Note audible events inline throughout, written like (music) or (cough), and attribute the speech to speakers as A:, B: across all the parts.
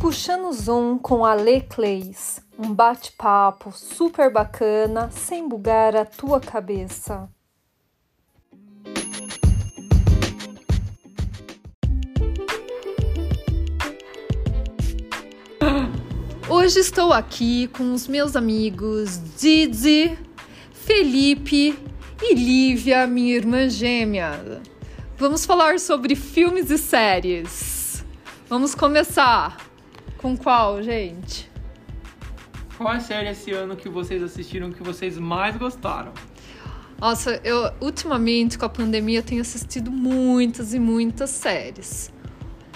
A: Puxando o Zoom com Ale Clays, um bate-papo super bacana, sem bugar a tua cabeça. Hoje estou aqui com os meus amigos Didi, Felipe e Lívia, minha irmã gêmea. Vamos falar sobre filmes e séries. Vamos começar. Com qual, gente?
B: Qual a série esse ano que vocês assistiram que vocês mais gostaram?
A: Nossa, eu ultimamente com a pandemia eu tenho assistido muitas e muitas séries.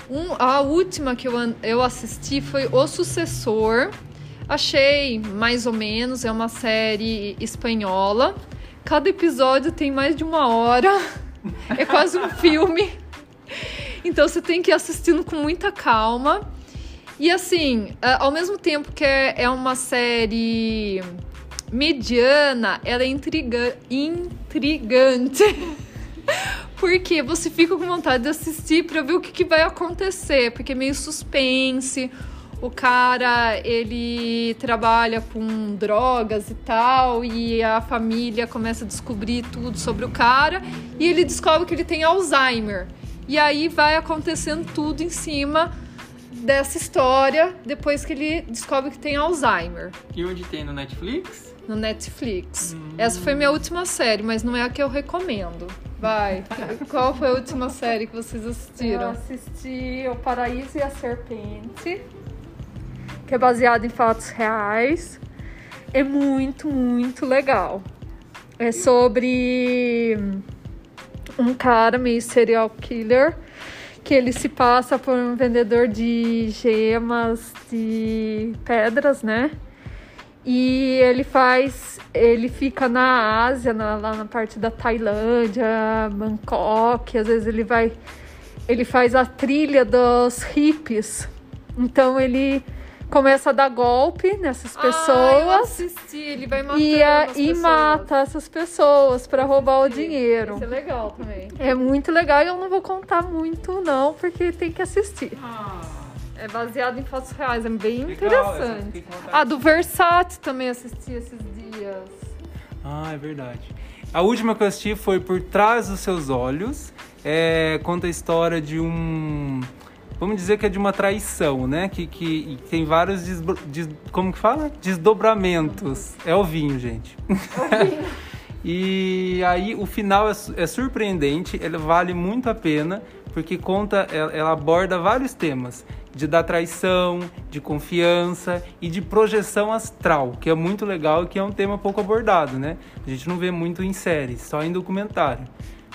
A: Um, a última que eu, an- eu assisti foi O Sucessor. Achei mais ou menos, é uma série espanhola. Cada episódio tem mais de uma hora. (laughs) É quase um filme. Então você tem que ir assistindo com muita calma. E assim, a- ao mesmo tempo que é é uma série mediana, ela é intriga intrigante. (laughs) Porque você fica com vontade de assistir pra ver o que, que vai acontecer, porque é meio suspense. O cara, ele trabalha com drogas e tal, e a família começa a descobrir tudo sobre o cara, e ele descobre que ele tem Alzheimer. E aí vai acontecendo tudo em cima dessa história depois que ele descobre que tem Alzheimer
B: E onde tem no Netflix?
A: no Netflix. Essa foi minha última série, mas não é a que eu recomendo. Vai.
C: (laughs)
A: Qual foi a última série que vocês
C: Eu
A: assistiram?
C: assisti O Paraíso e a Serpente, que é baseado em fatos reais. É muito, muito legal. É sobre um cara meio serial killer que ele se passa por um vendedor de gemas, de pedras, né? E ele faz, ele fica na Ásia, na- lá na parte da Tailândia, Bangkok, às vezes ele vai ele faz a trilha dos hippies. Então ele começa a dar golpe nessas
A: Ah, eu
C: pessoas
A: assisti, ele vai matando
C: e, a-
A: as
C: e
A: pessoas.
C: mata essas pessoas para roubar o dinheiro.
A: Isso é legal também.
C: É muito legal e eu não vou contar muito, não, porque tem que assistir.
B: Ah,
C: É baseado em fatos reais, é bem
B: legal, essa eu
C: interessante.
B: fiquei com vontade.
C: Ah, do Versace também assisti esses dias.
B: Ah, é verdade. A última que eu assisti foi Por Trás dos Seus Olhos. É, conta a história de um. Vamos dizer que é de uma traição, né? Que, que e tem vários. desbro- des- como que fala? Desdobramentos. É o vinho, gente. E aí o final é, su- é surpreendente, ele vale muito a pena, porque conta, ela, ela aborda vários temas de da traição, de confiança e de projeção astral, que é muito legal e que é um tema pouco abordado, né? A gente não vê muito em séries, só em documentário.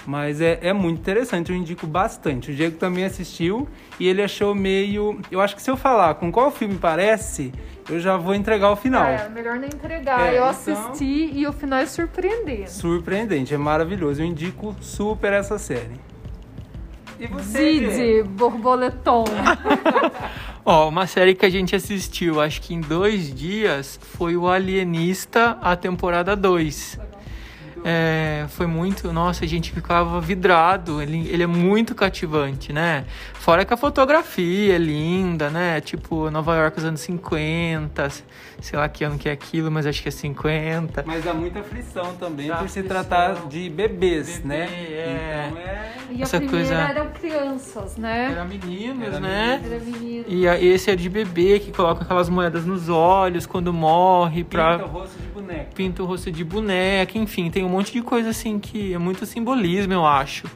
B: Mas é, é muito interessante, eu indico bastante. O Diego também assistiu e ele achou meio. Eu acho que se eu falar com qual filme parece, eu já vou entregar o final.
C: Ah, é, melhor não entregar.
B: É,
C: eu
B: então-
C: assisti e o final é surpreendente.
B: Surpreendente, é maravilhoso. Eu indico super essa série. E
C: Didi, borboletom.
B: Ah,
D: Ó, uma série que a gente assistiu, acho que em dois dias, foi o Alienista, a temporada 2. É, foi muito, nossa, a gente ficava vidrado, ele, ele é muito cativante, né? Fora que a fotografia é linda, né? Tipo, Nova York dos anos 50, sei lá que ano que é aquilo, mas acho que é 50.
B: Mas dá muita aflição também
D: Dá
B: por se
D: aflição.
B: tratar de bebês,
D: Bebê,
B: né?
D: é.
B: Então é.
C: E
D: Essa
C: a primeira
D: coisa-
C: eram crianças, né?
D: Era meninos,
B: Era
D: né?
B: meninos.
C: Era menino.
D: E a- esse é de bebê que coloca aquelas moedas nos olhos quando morre pra.
B: Pinta o rosto de boneca.
D: pinta o rosto de boneca, enfim, tem um monte de coisa assim que é muito simbolismo, eu acho.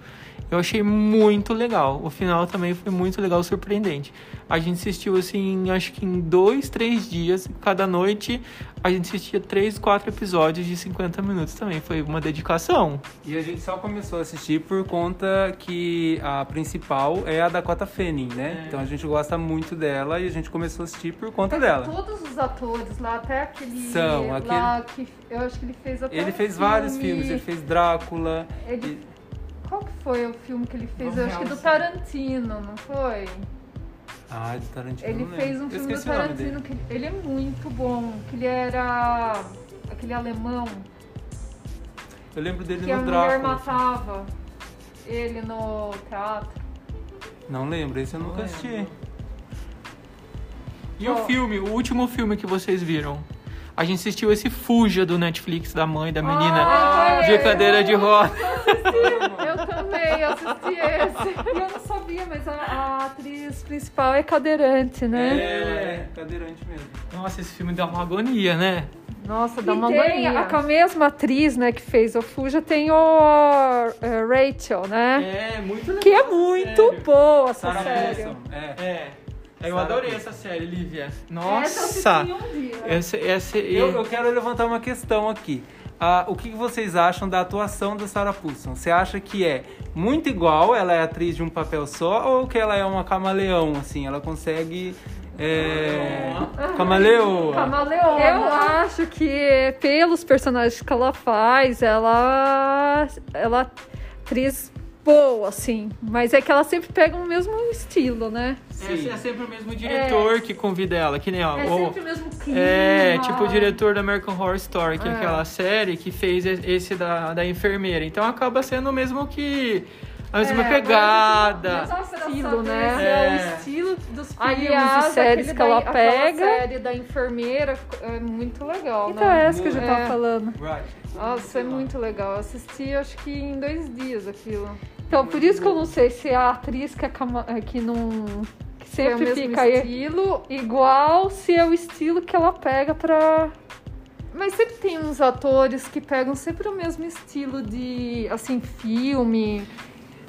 D: Eu achei muito legal. O final também foi muito legal, surpreendente. A gente assistiu assim, acho que em dois, três dias, cada noite, a gente assistia três, quatro episódios de 50 minutos também. Foi uma dedicação.
B: E a gente só começou a assistir por conta que a principal é a Dakota Fanning, né?
D: É.
B: Então a gente gosta muito dela e a gente começou a assistir por conta
C: É que
B: dela.
C: Todos os atores lá, até aquele
B: São,
C: lá que eu acho que ele fez até
B: Ele
C: um
B: fez
C: filme.
B: vários filmes, ele fez Drácula.
C: Ele- Qual que foi o filme que ele fez?
B: Vamos
C: Eu acho que do
B: realçar.
C: Tarantino, não foi?
B: Ah, de Tarantino.
C: Ele
B: não lembro.
C: fez um
B: Eu
C: filme do
B: esqueci o nome dele.
C: Tarantino que ele- ele é muito bom, que ele era aquele alemão
B: Eu lembro dele
C: que a
B: no
C: mulher
B: Drácula. assim.
C: matava ele no teatro.
B: Não lembro, esse eu nunca assisti.
D: E o filme, o último filme que vocês viram? A gente assistiu esse Fuja do Netflix da mãe da menina
C: Ah,
D: É. de cadeira de roda.
C: Eu também assisti esse. E eu não sabia, mas a, a atriz principal é cadeirante, né?
B: É, cadeirante mesmo.
D: Nossa, esse filme dá uma agonia, né?
C: Nossa,
A: dá uma
C: e tem
A: agonia.
C: a, com a mesma atriz, né, que fez o Fuja, tem o é, Rachel, né?
D: É, muito legal.
C: Que é muito
D: sério.
C: boa essa
B: Sarah
C: série.
B: Paulson, é.
D: É. Eu
B: Sarah
D: adorei
B: Paulson.
D: essa série, Lívia.
C: Essa
D: Nossa!
C: eu assisti um dia.
D: Essa, é essa,
B: Eu, eu quero levantar uma questão aqui. Ah, o que que vocês acham da atuação da Sarah Paulson? Você acha que é muito igual, ela é atriz de um papel só, ou que ela é uma camaleão, assim? Ela consegue... É... Camaleoa.
A: Camaleona.
C: Eu acho que pelos personagens que ela faz, ela ela é atriz boa, assim. Mas é que ela sempre pega o mesmo estilo, né?
D: Esse é sempre o mesmo diretor que convida ela, que nem ó.
A: É
D: o-
A: sempre o mesmo clima.
D: é, tipo o diretor da American Horror Story, que é, aquela série que fez e- esse da, da enfermeira. Então acaba sendo o mesmo que. A
B: é
D: mesma
A: É,
D: pegada.
C: Estilo,
A: Estilo,
C: né?
A: né?
D: É.
A: o estilo dos filmes e
C: Aliás, séries
A: séries
C: que ela pega.
A: série da enfermeira é muito legal,
C: Então é
A: né?
C: essa que eu já tava
A: É.
C: falando.
B: Right.
A: Nossa, é muito legal. Eu assisti, acho que em dois dias aquilo.
C: Então, por isso que eu não sei se é a atriz que, é cama- eh, que não. que
A: Foi é o
C: sempre
A: mesmo
C: fica aí
A: estilo.
C: igual, se é o estilo que ela pega pra.
A: Mas sempre tem uns atores que pegam sempre o mesmo estilo de, assim, filme.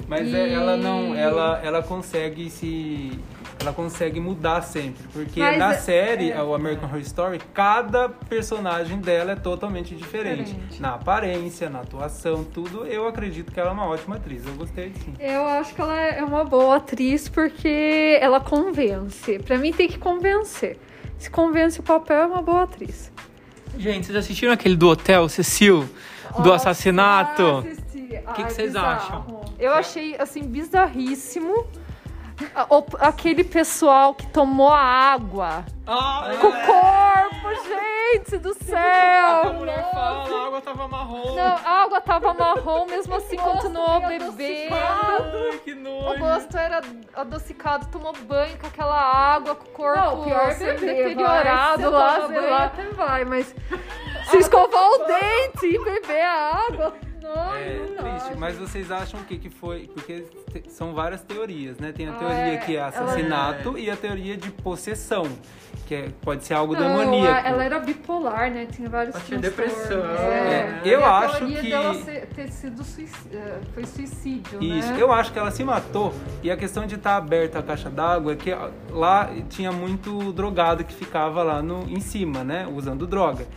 B: Mas é, ela não... Ela, ela consegue se... Ela consegue mudar sempre. Porque
A: Mas
B: na
A: é-
B: série, o American Horror Story, cada personagem dela é totalmente diferente.
A: Diferente.
B: Na aparência, na atuação, tudo. Eu acredito que ela é uma ótima atriz. Eu gostei, sim.
C: Eu acho que ela é uma boa atriz porque ela convence. Pra mim tem que convencer. Se convence o papel, é uma boa atriz.
D: Gente, vocês assistiram aquele do Hotel Cecil? Do assassinato?
C: O
D: que vocês acham?
A: Eu achei, assim, bizarríssimo.
C: Aquele pessoal que tomou a água.
D: Ah,
C: Com o corpo, gente do
D: a
C: céu!
D: mulher fala, a água tava marrom.
C: Não, a água tava marrom, mesmo assim
A: Nossa,
C: continuou
A: meio
C: bebendo.
A: adocicado.
D: Ai, que
A: O
D: nojo.
A: gosto era adocicado, tomou banho com aquela água, com o corpo
C: Não, pior
A: assim,
C: beber,
A: deteriorado.
C: vai, sei lá,
A: toma
C: sei
A: banho,
C: lá.
A: até vai, mas
C: Se escovar o dente e beber a água.
B: É triste, mas vocês acham o que que foi? Porque te- são várias teorias, né? Tem a teoria
A: é,
B: que é assassinato e a teoria de possessão, que é- pode ser algo demoníaco.
A: ela era bipolar, né? Tinha vários
D: Ela tinha
A: transtornos.
D: depressão.
B: É,
A: E
B: eu
A: a
B: acho
A: teoria
B: que-
A: dela ser- ter sido suici- eh, foi suicídio,
B: Isso,
A: né?
B: eu acho que ela se matou e a questão de estar aberta a caixa d'água é que lá tinha muito drogado que ficava lá no, em cima, né? Usando droga.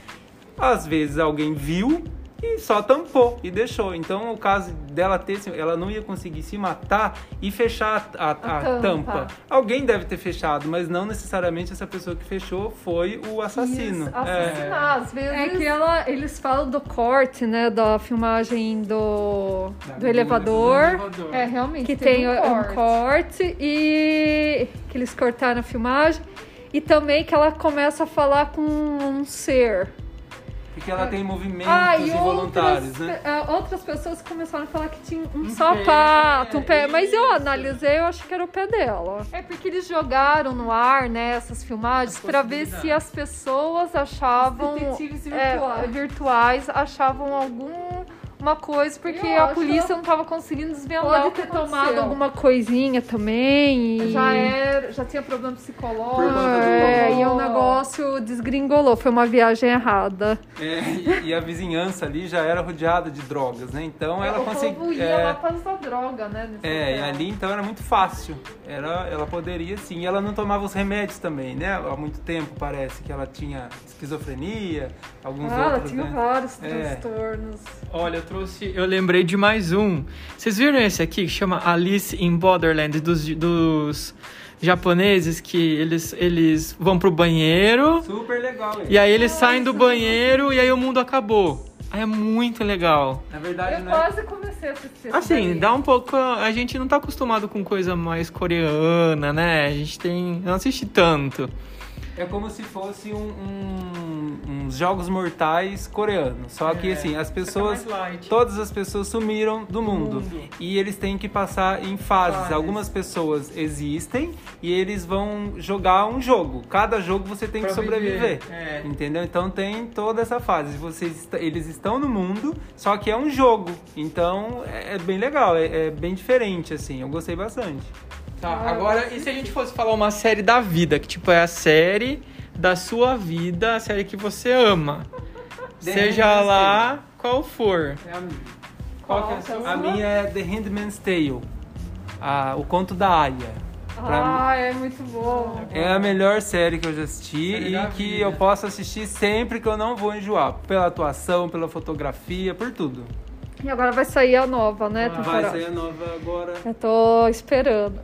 B: Às vezes alguém viu e só tampou e deixou. Então o caso dela ter, se- ela não ia conseguir se matar e fechar a, a- a
A: tampa.
B: tampa. Alguém deve ter fechado, mas não necessariamente essa pessoa que fechou foi o assassino.
A: Isso,
B: É.
A: Assassinar, às vezes.
C: É que ela, eles falam do corte, né? Da filmagem do,
B: Da né?
C: do elevador.
D: Elevador.
A: É, realmente.
C: Que
A: teve
C: tem um corte. e que eles cortaram a filmagem. E também que ela começa a falar com um ser.
B: É, Porque ela tem movimentos
C: Ah,
A: Ah,
C: e
B: involuntários,
C: outras,
B: né?
C: pe- ah, outras pessoas começaram a falar que tinha um,
D: pé,
C: sapato, um
B: É,
C: pé. Mas eu
D: isso.
C: analisei, eu acho que era o pé dela.
A: É porque eles jogaram no ar, né, essas filmagens, pra ver se as pessoas achavam.
C: Os detetives
A: é,
C: virtuais.
A: virtuais achavam alguma coisa, porque
C: Eu
A: a
C: acho
A: polícia não tava conseguindo desvendar. o
C: Pode
A: que
C: ter tomado
A: aconteceu.
C: alguma coisinha também. e-
A: Já era, já tinha problema psicológico.
B: Por conta do
C: É, e o
A: um
C: negócio desgringolou. Foi uma viagem errada.
B: É, e- e a vizinhança ali já era rodeada de drogas, né? Então ela
A: o povo
B: conseguiu.
A: ia lá
B: É,
A: pra usar droga, né? nesse
B: é, e
A: hotel.
B: ali então era muito fácil. Era, ela poderia sim. E ela não tomava os remédios também, né? Há muito tempo parece que ela tinha esquizofrenia, alguns
C: Ah, ela
B: outros.
C: tinha
B: né?
C: vários
B: É.
C: transtornos.
D: Olha, eu trouxe. Eu lembrei de mais um. Vocês viram esse aqui que chama Alice in Borderland dos, dos japoneses que eles, eles vão pro banheiro
B: Super legal.
D: e
B: hein?
D: aí eles saem do banheiro e aí o mundo acabou. Ah, É muito legal.
B: Na verdade,
A: Eu
B: não é.
A: quase comecei a assistir. essa
D: Assim,
A: daí.
D: dá um pouco. A gente não tá acostumado com coisa mais coreana, né? A gente tem. Não assiste tanto.
B: É como se fosse um, um- uns jogos mortais coreanos. Só que
D: É,
B: assim, as
D: só que é
B: pessoas.
D: mais light.
B: Todas as pessoas sumiram do mundo.
D: mundo.
B: E eles têm que passar em fases.
D: Fases.
B: Algumas pessoas existem e eles vão jogar um jogo. Cada jogo você tem
D: Pra
B: que sobreviver.
D: viver, é.
B: Entendeu? Então tem toda essa fase. Vocês, est- eles estão no mundo, só que é um jogo. Então é, é bem legal, é- é bem diferente, assim. Eu gostei bastante.
D: Tá, agora, e se a gente fosse falar uma série da vida, que tipo é a série da sua vida, a série que você ama.
B: The
D: Seja
B: Handmaid's
D: lá qual for.
B: É a minha. Qual que é a sua? A minha é The Handmaid's Tale. Ah, o Conto da Aya. Pra
A: Ah, é muito bom.
B: mim, é a melhor série que eu já assisti
D: Série da
B: e que
D: vida.
B: eu posso assistir sempre que eu não vou enjoar. Pela atuação, pela fotografia, por tudo.
A: E agora vai sair a nova, né?
B: Ah, Vai
A: temporada.
B: sair a nova agora.
A: Eu tô esperando.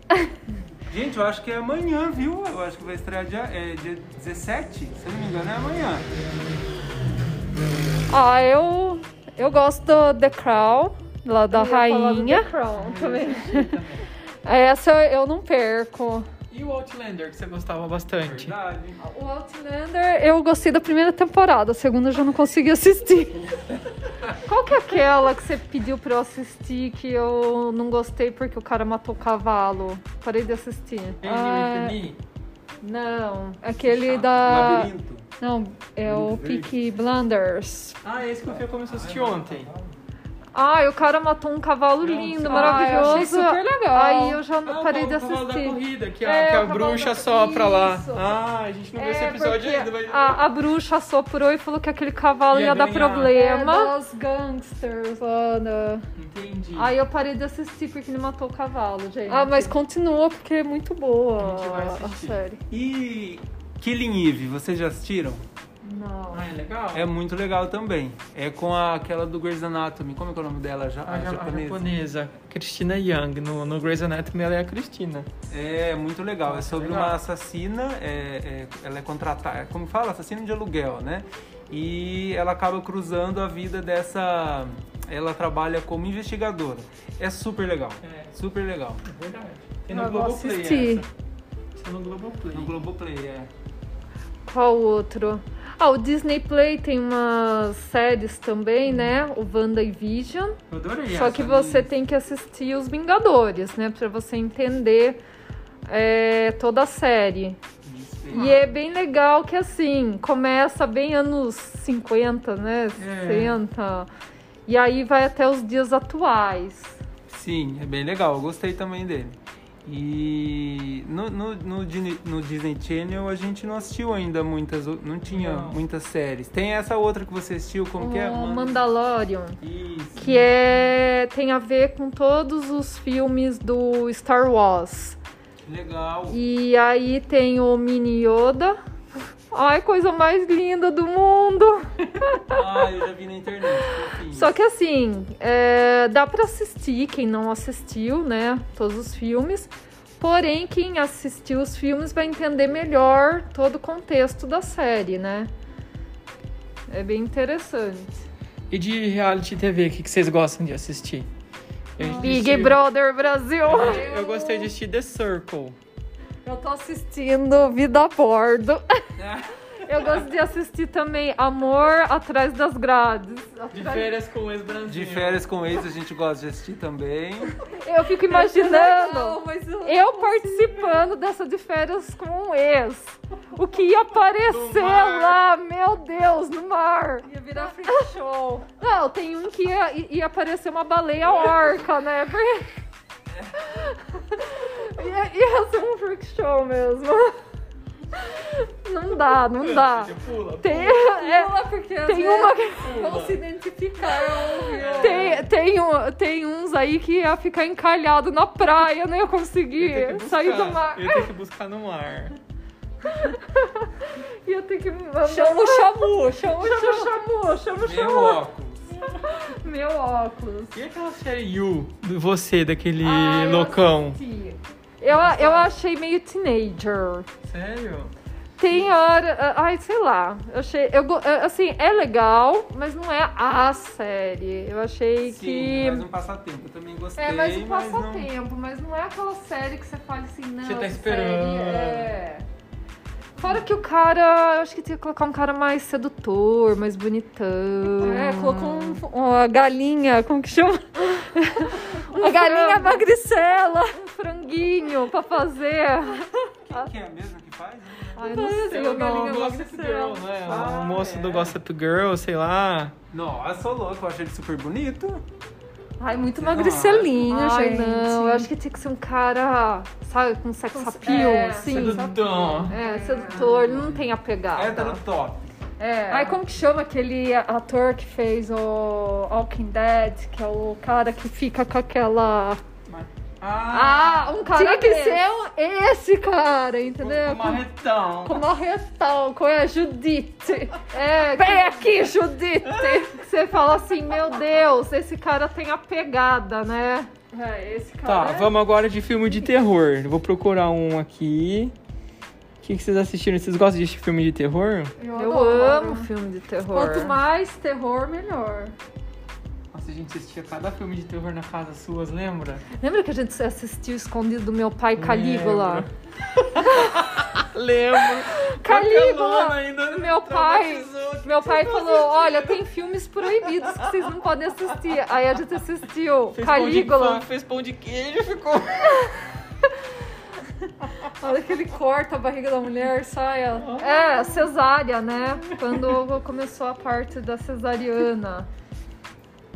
B: Gente, eu acho que é amanhã, viu? Eu acho que vai estrear dia, é, dia 17, se eu não me engano, é amanhã.
A: Ah, eu, eu gosto do The Crown, lá da
C: Eu ia falar do
A: rainha.
C: The Crown também. (laughs)
A: Essa eu não perco.
D: E o Outlander, que você gostava bastante.
B: Verdade.
A: O Outlander, eu gostei da primeira temporada, a segunda eu já não consegui assistir. (laughs) Qual que é aquela que você pediu pra eu assistir que eu não gostei porque o cara matou o cavalo? Parei de assistir. Ah,
D: Henry with me?
A: não, aquele da.
B: Labirinto.
A: Não, é o Peaky Blinders.
D: Ah, esse que o Fio começou a assistir ontem.
A: Ai, o cara matou um cavalo lindo, maravilhoso.
C: eu achei super legal.
A: Aí eu já
D: Ah, o
A: parei de
D: cavalo- o cavalo da
A: assistir.
D: corrida, que,
A: É,
D: a, que a
A: o cavalo
D: bruxa
A: da-
D: sopra lá.
A: Isso.
D: Ah, a gente não viu esse
A: É,
D: episódio
A: porque
D: ainda, mas...
A: a, a bruxa soprou e falou que aquele cavalo ia,
D: Ia
A: dar
D: ganhar.
A: problema.
C: dos gangsters.
A: oh,
D: Entendi.
A: Aí eu parei de assistir porque ele matou o cavalo, gente.
C: Ah, mas
A: continua porque é muito boa
D: A gente vai a assistir. série.
B: E Killing Eve, vocês já assistiram?
A: Não.
D: Ah, é legal?
B: É muito legal também. É com a- aquela do Grey's Anatomy. Como é que é o nome dela? Já,
D: Ah, A, ja- a japonesa, Cristina Young. No, no Grey's Anatomy ela é a Cristina.
B: É muito legal. É sobre
D: legal.
B: uma assassina. é- é- ela é contratada. Como fala? Assassina de aluguel, né? E ela acaba cruzando a vida dessa. Ela trabalha como investigadora. É super legal.
D: É.
B: Super legal.
D: Verdade. Tem
A: Eu
D: no
A: vou
D: Globoplay
A: assistir.
D: essa. Isso é no Globoplay.
B: No Globoplay, é.
A: Qual outro? Ah, o Disney Play tem umas séries também, né? O Wanda e Vision.
D: Eu adorei
A: Só
D: essa,
A: que
D: né?
A: você tem que assistir Os Vingadores, né? Pra você entender é, toda a série. E
B: Ah.
A: é bem legal que, assim, começa bem anos 50,
B: É.
A: né? 60. E aí vai até os dias atuais.
B: Sim, é bem legal. Eu gostei também dele. E no, no, no, Disney- no Disney Channel a gente não assistiu ainda muitas. o- Não tinha
D: Não.
B: muitas séries. Tem essa outra que você assistiu, como que é? Hum.
A: o
B: Manda-
A: Mandalorian.
B: Isso.
A: Que é, tem a ver com todos os filmes do Star Wars.
B: Legal.
A: E aí tem o Mini Yoda. Ai, coisa mais linda do mundo!
B: Ah, eu já vi na internet. fofinho.
A: Só que assim, é, dá pra assistir quem não assistiu, né? Todos os filmes. Porém, quem assistiu os filmes vai entender melhor todo o contexto da série, né? É bem interessante.
D: E de reality TV, o que, que vocês gostam de assistir? Eu
A: Big
D: assisti-
A: Brother Brasil!
D: Eu gostei de assistir The Circle.
A: Eu tô assistindo Vida a Bordo. Eu gosto de assistir também Amor Atrás das Grades.
D: De férias com o ex-Brasil.
B: De férias com ex a gente gosta de assistir também.
A: (laughs) Eu fico
C: Não,
A: imaginando.
C: mas eu...
A: Eu participando dessa de férias com um ex. O que ia aparecer
D: No mar.
A: lá, meu Deus, no mar.
C: Ia virar
A: (laughs)
C: freak show.
A: Não, tem um que ia, ia aparecer uma baleia orca, né? (laughs) Porque... Ia, ia ser um freak show mesmo. Não dá, não dá.
D: Pula.
A: Tem, é,
C: Pula, porque às
A: tem
C: vezes
A: uma que-
C: vão se identificar, é
A: (laughs)
C: um ouviu?
A: Tem, tem, um- tem uns aí que ia ficar encalhado na praia, não ia conseguir sair do mar.
D: Eu tenho que buscar no mar.
A: Ia ter que mandar
C: Chama o Xamu, chama
A: Chama
C: o
A: o Xamu,
C: Xamu.
A: chama o
B: Meu
A: Xamu.
B: óculos.
A: Meu óculos.
D: E aquela série You, do você, daquele
A: Ah, eu
D: loucão?
A: Eu, eu achei meio teenager.
D: Sério?
A: Tem hora. Ai, sei lá. Eu achei. Eu, go- assim, é legal, mas não é a série. Eu achei
B: Sim,
A: que.
B: mais um passatempo. Eu também gostei.
A: É mais um
B: mas não-
A: passatempo, mas não... é aquela série que você fala assim, não.
D: Você tá
A: essa
D: esperando.
A: Série é... Fora que o cara, eu acho que tinha que colocar um cara mais sedutor, mais bonitão.
C: É, colocou um, uma galinha, como que chama? uma galinha (laughs) magricela.
A: um franguinho pra fazer.
B: Quem que é mesmo que faz?
A: Ai, não
C: Parece
A: sei
C: uma
A: o
C: galinha
A: nome.
C: Não,
D: Gossip
C: Gossip
D: Girl,
C: Girl.
D: né?
B: Ah,
D: o moço do
B: é.
D: Gossip Girl, sei lá.
B: Nossa, ô louco, eu achei ele super bonito.
A: Ai, muito
B: Não.
A: magricelinho,
C: Ai,
A: gente. Não,
C: Ah, gente.
A: eu acho que tinha que ser um cara, sabe, com sex
C: Com-
A: appeal,
C: é,
A: assim.
C: sedutor.
D: Sedudão.
A: É, sedutor, não tem a pegada.
B: É, tá no top.
A: É.
C: Ai, como que chama aquele ator que fez o Walking Dead, que é o cara que fica com aquela...
B: Mas- Ah,
A: Ah, um cara
C: Tinha que
A: desse.
C: ser um- esse cara,
A: Ah, né,
B: o-
C: entendeu?
B: o marretão.
C: Com marretão, com a Judite.
A: É,
C: Vem aqui, Judite!
A: que você fala assim, meu Deus, esse cara tem a pegada, né?
C: É, esse
D: Tá,
C: cara.
D: vamos agora de filme de terror. Eu Vou procurar um aqui. O que, que vocês assistiram? Vocês gostam de assistir filme de terror?
A: Eu, né?
C: adoro.
A: amo filme de terror.
C: Quanto mais terror, melhor.
D: Nossa, a gente assistia cada filme de terror na casa suas, lembra?
A: Lembra que a gente assistiu Escondido do Meu Pai Calígula?
D: lembro.
A: (laughs) Calígula!
D: Papelona ainda Tá
A: Meu pai,
D: traumatizou.
A: meu pai falou, olha, tem filmes proibidos que vocês não podem assistir. Aí a gente assistiu
D: Fez pão de
A: Calígula.
D: pão, Fez pão de queijo, ficou...
C: Olha que ele corta a barriga da mulher, sai ela.
A: É, cesárea, né? Quando começou a parte da cesariana.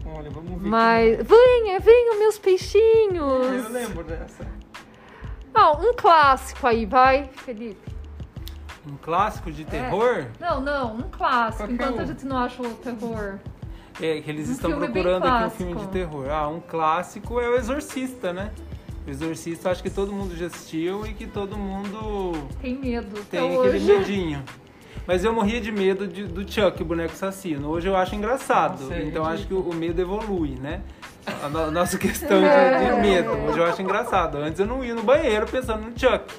D: Olha, vamos ver.
A: Mas, venha, venham meus peixinhos.
B: Eu lembro dessa.
A: Ah, um clássico aí, vai, Felipe.
B: Um clássico de terror?
A: Não, não, um clássico.
D: Qualquer
A: enquanto
D: um.
A: a gente não acha o terror.
B: É, que eles
A: Um
B: estão
A: filme bem
B: procurando aqui um
A: clássico.
B: filme de terror. Ah, um clássico é o Exorcista, né? O Exorcista acho que todo mundo já assistiu e que todo mundo
A: Tem medo.
B: tem
A: até
B: aquele
A: hoje.
B: medinho. Mas eu morria de medo de- do Chuck, o boneco assassino. Hoje eu acho engraçado.
D: Nossa, é
B: então
D: ridículo.
B: acho que o, o medo evolui, né? A, no- nossa (laughs) questão de,
A: É.
B: de medo. Hoje eu acho engraçado. Antes eu não ia no banheiro pensando no Chuck.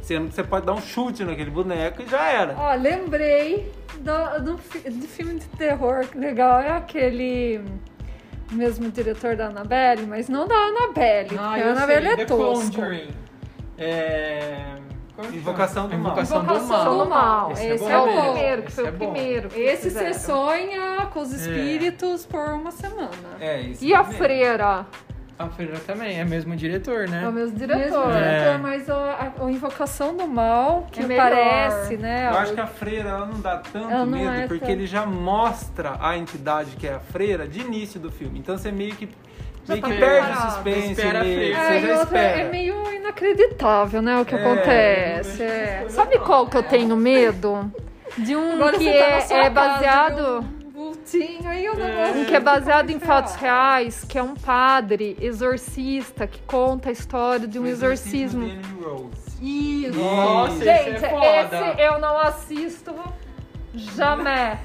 B: Sendo que você pode dar um chute naquele boneco e já era.
C: Ó, lembrei do, do, fi- de filme de terror legal. É aquele mesmo diretor da Annabelle, mas não da Annabelle.
D: Ah,
C: porque
D: eu
C: a Annabelle
D: sei,
C: é
D: The
C: tosco.
D: Conjuring. É... como que
B: Invocação
D: chama?
B: do Mal.
D: Invocação do
C: Invocação
D: Mal.
A: Sou
C: do Mal.
A: mal.
D: Esse
A: Esse,
D: é bom.
A: é, o
C: Esse é bom.
A: primeiro, que foi
D: Esse é
A: o
D: bom.
A: primeiro. que
C: Esse você
A: fizeram.
C: sonha com os
D: É.
C: espíritos por uma semana.
B: É isso.
A: E a
B: mesmo.
A: freira?
D: A Freira também, é mesmo diretor, né?
A: É o mesmo
C: Mesmo
A: diretor.
D: É.
C: diretor, mas a, a- a Invocação do Mal, que
A: É melhor.
C: parece, né?
B: Eu acho que é a freira ela não dá tanto
C: Ela não
B: medo
C: é
B: porque
C: tão-
B: ele já mostra a entidade que é a freira de início do filme. Então você meio que, meio
D: tá
B: que perde o
D: preparado.
B: suspense,
D: Espera a
B: meio que
D: freira.
C: É,
B: você
C: e
B: já
C: outra,
B: espera.
A: um
C: é meio inacreditável, né? O que
B: É,
C: acontece.
B: eu não vejo
C: é.
B: essas
A: Sabe qual que eu tenho medo? De um
C: Agora
A: que
C: você tá na
A: é,
C: sua
A: é
C: casa,
A: baseado.
C: viu? Um Vultinho aí, o negócio.
A: Um que é baseado em
C: Sei
A: fatos
C: lá.
A: reais, que é um padre exorcista que conta a história de um
B: O
A: exorcismo.
B: de Emily Rose.
A: Isso.
D: Nossa,
B: Isso.
D: esse
A: Gente,
D: é foda.
A: esse eu não assisto jamais.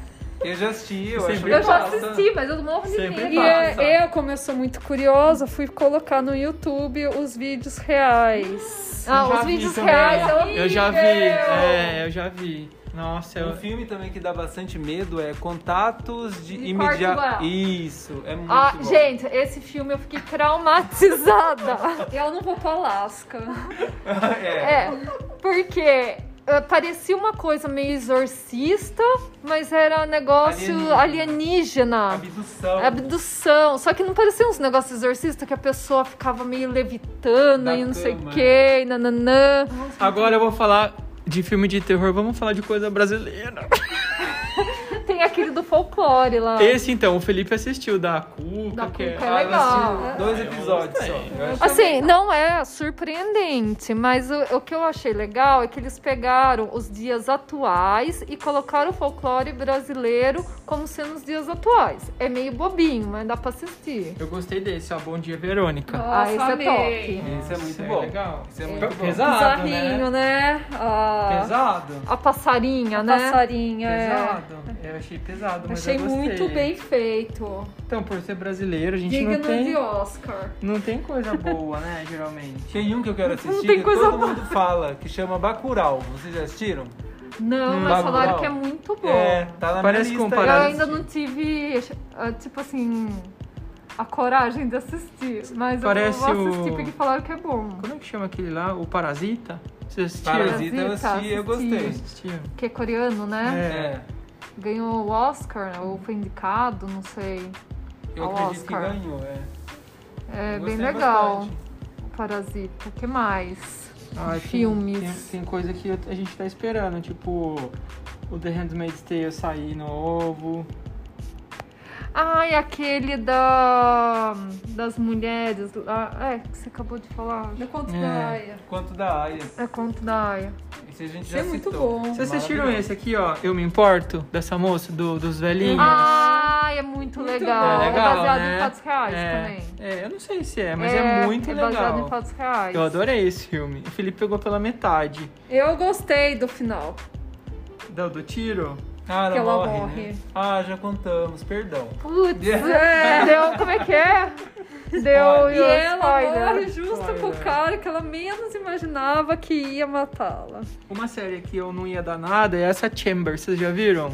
B: Eu já assisti, eu
D: Sempre
B: acho
A: Eu já
B: massa.
A: assisti, mas eu morro de
D: Sempre
A: medo.
C: E
D: Passa.
C: é, eu, como eu sou muito curiosa, fui colocar no YouTube os vídeos reais.
A: Ah,
D: já
A: os
D: vi
A: vídeos
D: também.
A: reais é horrível.
D: Eu já vi, é, eu já vi. Nossa, eu...
B: Um filme também que dá bastante medo é Contatos de
A: De
B: Imediato.
A: Quarto Grau.
B: Isso, é muito
A: Ah,
B: bom.
A: gente, esse filme eu fiquei traumatizada.
D: (laughs)
C: Eu não vou pra Alasca.
B: é.
A: É, porque eh, parecia uma coisa meio exorcista, mas era negócio alienígena.
B: Abdução.
A: Abdução. Só que não parecia uns negócios exorcista que a pessoa ficava meio levitando
B: Da
A: e não sei o
B: cama,
A: quê, e nananã.
D: Agora eu vou falar de filme de terror, vamos falar de coisa brasileira.
A: Tem aquele do folclore lá.
D: Esse então, o Felipe assistiu, da Cuca.
A: Tá. Da
D: que
A: Cuca,
B: Ah, eu
A: é legal.
B: assisti Dois episódios só. Eu acho-
A: Assim, não é surpreendente, mas o, o que eu achei legal é que eles pegaram os dias atuais e colocaram o folclore brasileiro como sendo os dias atuais. É meio bobinho, mas dá pra assistir.
D: Eu gostei desse, ó, Bom Dia Verônica.
A: Ah, esse é
C: amei.
B: Esse é
D: Nossa,
B: muito bom.
D: legal.
B: Esse é muito bom.
D: Pesado, né?
C: Bizarrinho, né? Ah,
D: Pesado.
A: A passarinha, né?
C: Passarinho, é.
D: Pesado. Eu achei pesado, mas
C: Achei
D: eu gostei.
C: muito bem feito.
D: Então, por ser brasileiro, a gente
C: Digno
D: não tem...
C: de Oscar.
D: Não tem coisa boa, né, geralmente.
B: Tem um que eu quero assistir
A: tem
B: que
A: coisa
B: todo mundo fala, que chama Bacurau. Vocês já assistiram?
A: Não,
B: Babau.
A: mas falaram que é muito bom.
B: É, tá na
D: Parece
B: minha lista.
D: com
A: Eu
D: parada.
A: ainda não tive, ah, tipo eh, assim, a coragem de assistir. Mas
D: Parece
A: eu vou assistir
D: o-
A: porque falaram que é bom.
D: Como é que chama aquele lá? O Parasita? Você assistiu?
B: Parasita eu
A: tá
B: assisti e eu
A: Parasita,
B: gostei.
A: assisti.
D: Assistiu.
A: Que é coreano, né?
B: É,
A: Ganhou o Oscar, ou foi indicado, não sei.
B: eu
A: Ao
B: acredito que
A: Oscar.
B: ganhou, é.
A: É
B: Eu
A: bem
B: gostei
A: legal.
B: bastante.
A: Parasita, que mais?
D: Ah, tem-
A: Filmes.
D: Tem, tem coisa que a gente tá esperando, tipo o The Handmaid's Tale sair novo.
A: Ai, aquele da das mulheres lá. É, que você acabou de falar.
C: Eu conto
D: É.
C: da Aya.
B: Quanto da Aya.
A: É conto da Aya.
B: Esse a gente
C: Isso
B: já
C: é muito
B: citou.
C: bom.
D: Vocês assistiram
B: Maravilhoso.
D: esse aqui, ó? Eu me importo, dessa moça, do- dos velhinhos.
C: Ah,
A: Ai, é muito,
C: Muito
A: legal.
C: bom.
D: É legal,
A: baseado
D: né?
A: em fatos reais
D: é,
A: também.
D: é, eu não sei se é, mas é, muito
A: é baseado em
D: legal.
A: fatos reais.
D: Eu adorei esse filme. O Felipe pegou pela metade.
C: Eu gostei do final,
D: Do, do tiro?
B: Ah, ela
C: que ela
B: morre,
C: morre.
B: né? Ah, já contamos, perdão.
A: Putz,
B: Yeah.
A: é, deu, como é que
D: (laughs)
A: é? Deu
B: Spoiler.
C: E ela
A: spoiler.
C: morre justo pro
D: Spoiler.
C: cara que ela menos imaginava que ia matá-la.
D: Uma série que eu não ia dar nada é essa Chamber, vocês já viram?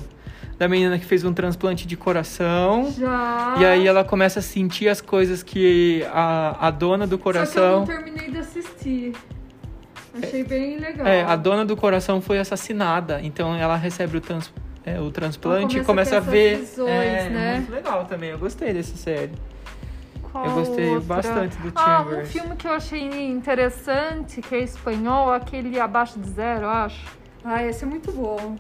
D: Da menina que fez um transplante de coração.
A: Já.
D: E aí ela começa a sentir as coisas que a, a dona
A: Só
D: do
A: que eu
D: coração.
A: não terminei de assistir. Achei bem legal.
D: É, a dona do coração foi assassinada. Então ela recebe o, trans, é, o transplante
A: Ela
D: e começa a
A: ter
D: ver.
A: essas visões,
D: é,
A: né?
D: muito legal também. Eu gostei dessa série.
A: Qual
D: eu gostei
A: outra?
D: bastante do
A: Ah,
D: Chambers.
A: um filme que eu achei interessante, que é espanhol, aquele Abaixo de Zero, eu acho.
C: Ah, esse é muito bom.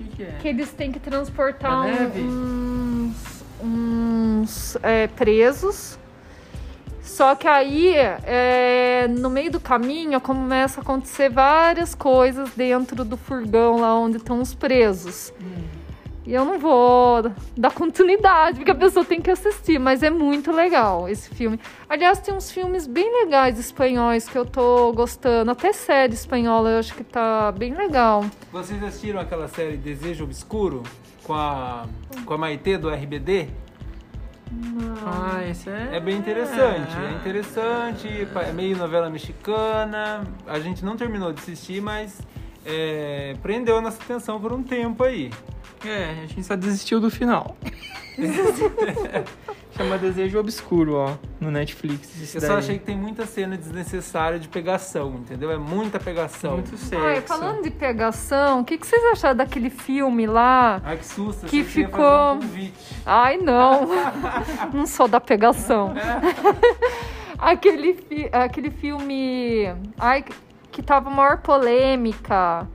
D: O que, que é?
A: Que eles têm que transportar
D: Na
A: um-
D: neve?
A: uns, uns, é, presos. Só que aí, é, no meio do caminho, começa a acontecer várias coisas dentro do furgão lá onde estão os presos.
D: Hum.
A: E eu não vou dar continuidade, porque a pessoa tem que assistir, mas é muito legal esse filme. Aliás, tem uns filmes bem legais espanhóis que eu tô gostando. Até série espanhola eu acho que tá bem legal.
B: Vocês assistiram aquela série Desejo Obscuro? Com a, com a Maitê do RBD?
D: Ah, esse é.
B: É bem interessante, é interessante, pa- é meio novela mexicana. A gente não terminou de assistir, mas é, prendeu a nossa atenção por um tempo aí.
D: É, a gente só desistiu do final.
A: (laughs)
D: Chama Desejo Obscuro, ó, no Netflix. esse
B: Eu só
D: daí.
B: achei que tem muita cena desnecessária de pegação, entendeu? É muita pegação.
D: muito sexo.
A: Ai, falando de pegação, o que, que vocês acharam daquele filme lá?
B: Ai, que susto,
A: Que
B: achei ia
A: ficou-
B: fazer um convite.
A: Ai,
D: (laughs)
A: não. não sou da pegação. aquele, fi- aquele filme. Ai, que tava a maior polêmica.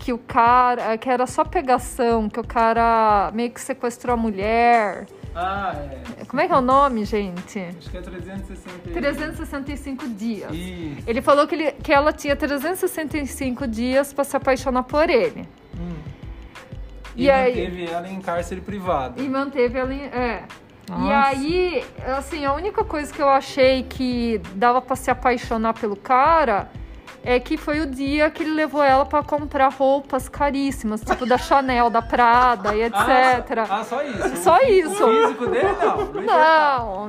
A: Que o cara. Que era só pegação, que o cara meio que sequestrou a mulher.
B: Ah, é.
A: Como é que é o nome, gente?
B: Acho que é 360. e-
A: 365 dias.
B: Isso.
A: Ele falou que, ele- que ela tinha 365 dias pra se apaixonar por ele.
B: E,
A: E aí?
B: manteve ela em cárcere privado.
A: E manteve ela em. É. E
D: Nossa.
A: aí, assim, a única coisa que eu achei que dava pra se apaixonar pelo cara é que foi o dia que ele levou ela pra comprar roupas caríssimas, tipo da Chanel, da Prada e etc.
B: Ah, só isso.
A: (laughs) Só
B: O
A: isso.
B: físico dele, não. Não,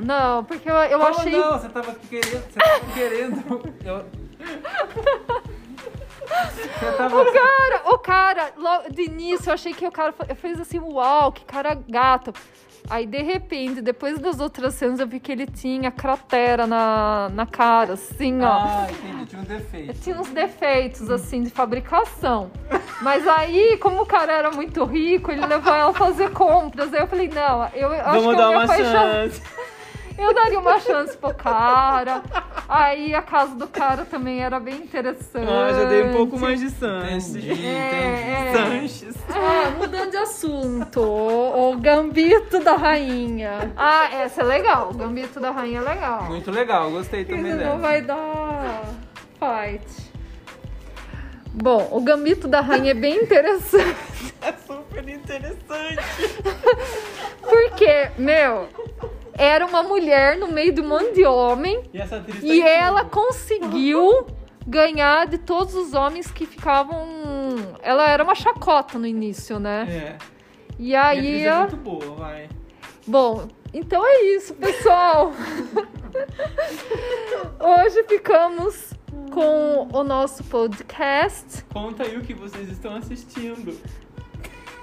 A: Não, não, porque eu, eu
B: Como
A: achei.
B: não? Você tava querendo. Você tava querendo. Eu... Você tava.
A: O cara, o cara, logo de início, eu achei que o cara fe- fez assim, uau, que cara gato. Aí, de repente, depois das outras cenas, eu vi que ele tinha cratera na, na cara, assim, ó.
B: Ah, entendi, tinha um defeito.
A: Tinha uns defeitos, assim, de fabricação. Mas aí, como o cara era muito rico, ele levou ela a fazer compras. Aí eu falei, não, eu acho
D: Vamos
A: que eu
D: dar
A: me
D: uma
A: apaixonei.
D: chance.
A: Eu daria uma chance pro cara. Aí a casa do cara também era bem interessante.
D: Ah, já dei um pouco mais de
B: Entendi,
D: Sanches.
B: entendi.
D: Sanches.
C: Ah, mudando de assunto, o gambito da rainha.
A: Ah, essa é legal. O Gambito da Rainha é legal.
B: Muito legal, gostei
C: Ele
B: também
C: não
B: dessa.
C: vai dar fight.
A: Bom, o Gambito da Rainha é bem interessante.
D: É super interessante.
A: Porque, meu, era uma mulher no meio de um monte de homem
D: E essa atriz tá
A: e
D: em tudo.
A: ela conseguiu ganhar de todos os homens que ficavam. Ela era uma chacota no início, né?
D: É.
A: E
D: E a atriz
A: aí.
D: é
A: ó,
D: muito boa, vai.
A: Bom, então é isso, pessoal. Hoje ficamos com o nosso podcast.
D: Conta aí o que vocês estão assistindo.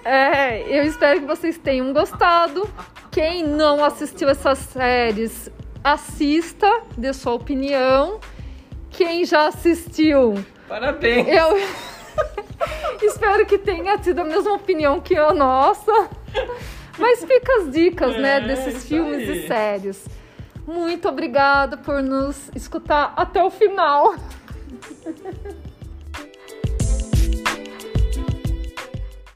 A: É, eu espero que vocês tenham gostado. Quem não assistiu essas séries, assista, dê sua opinião. Quem já assistiu,
B: Parabéns!
A: eu (laughs) espero que tenha tido a mesma opinião que a nossa. Mas fica as dicas, né,
B: É,
A: desses
B: isso
A: filmes
B: aí.
A: e séries. Muito obrigada por nos escutar até o final.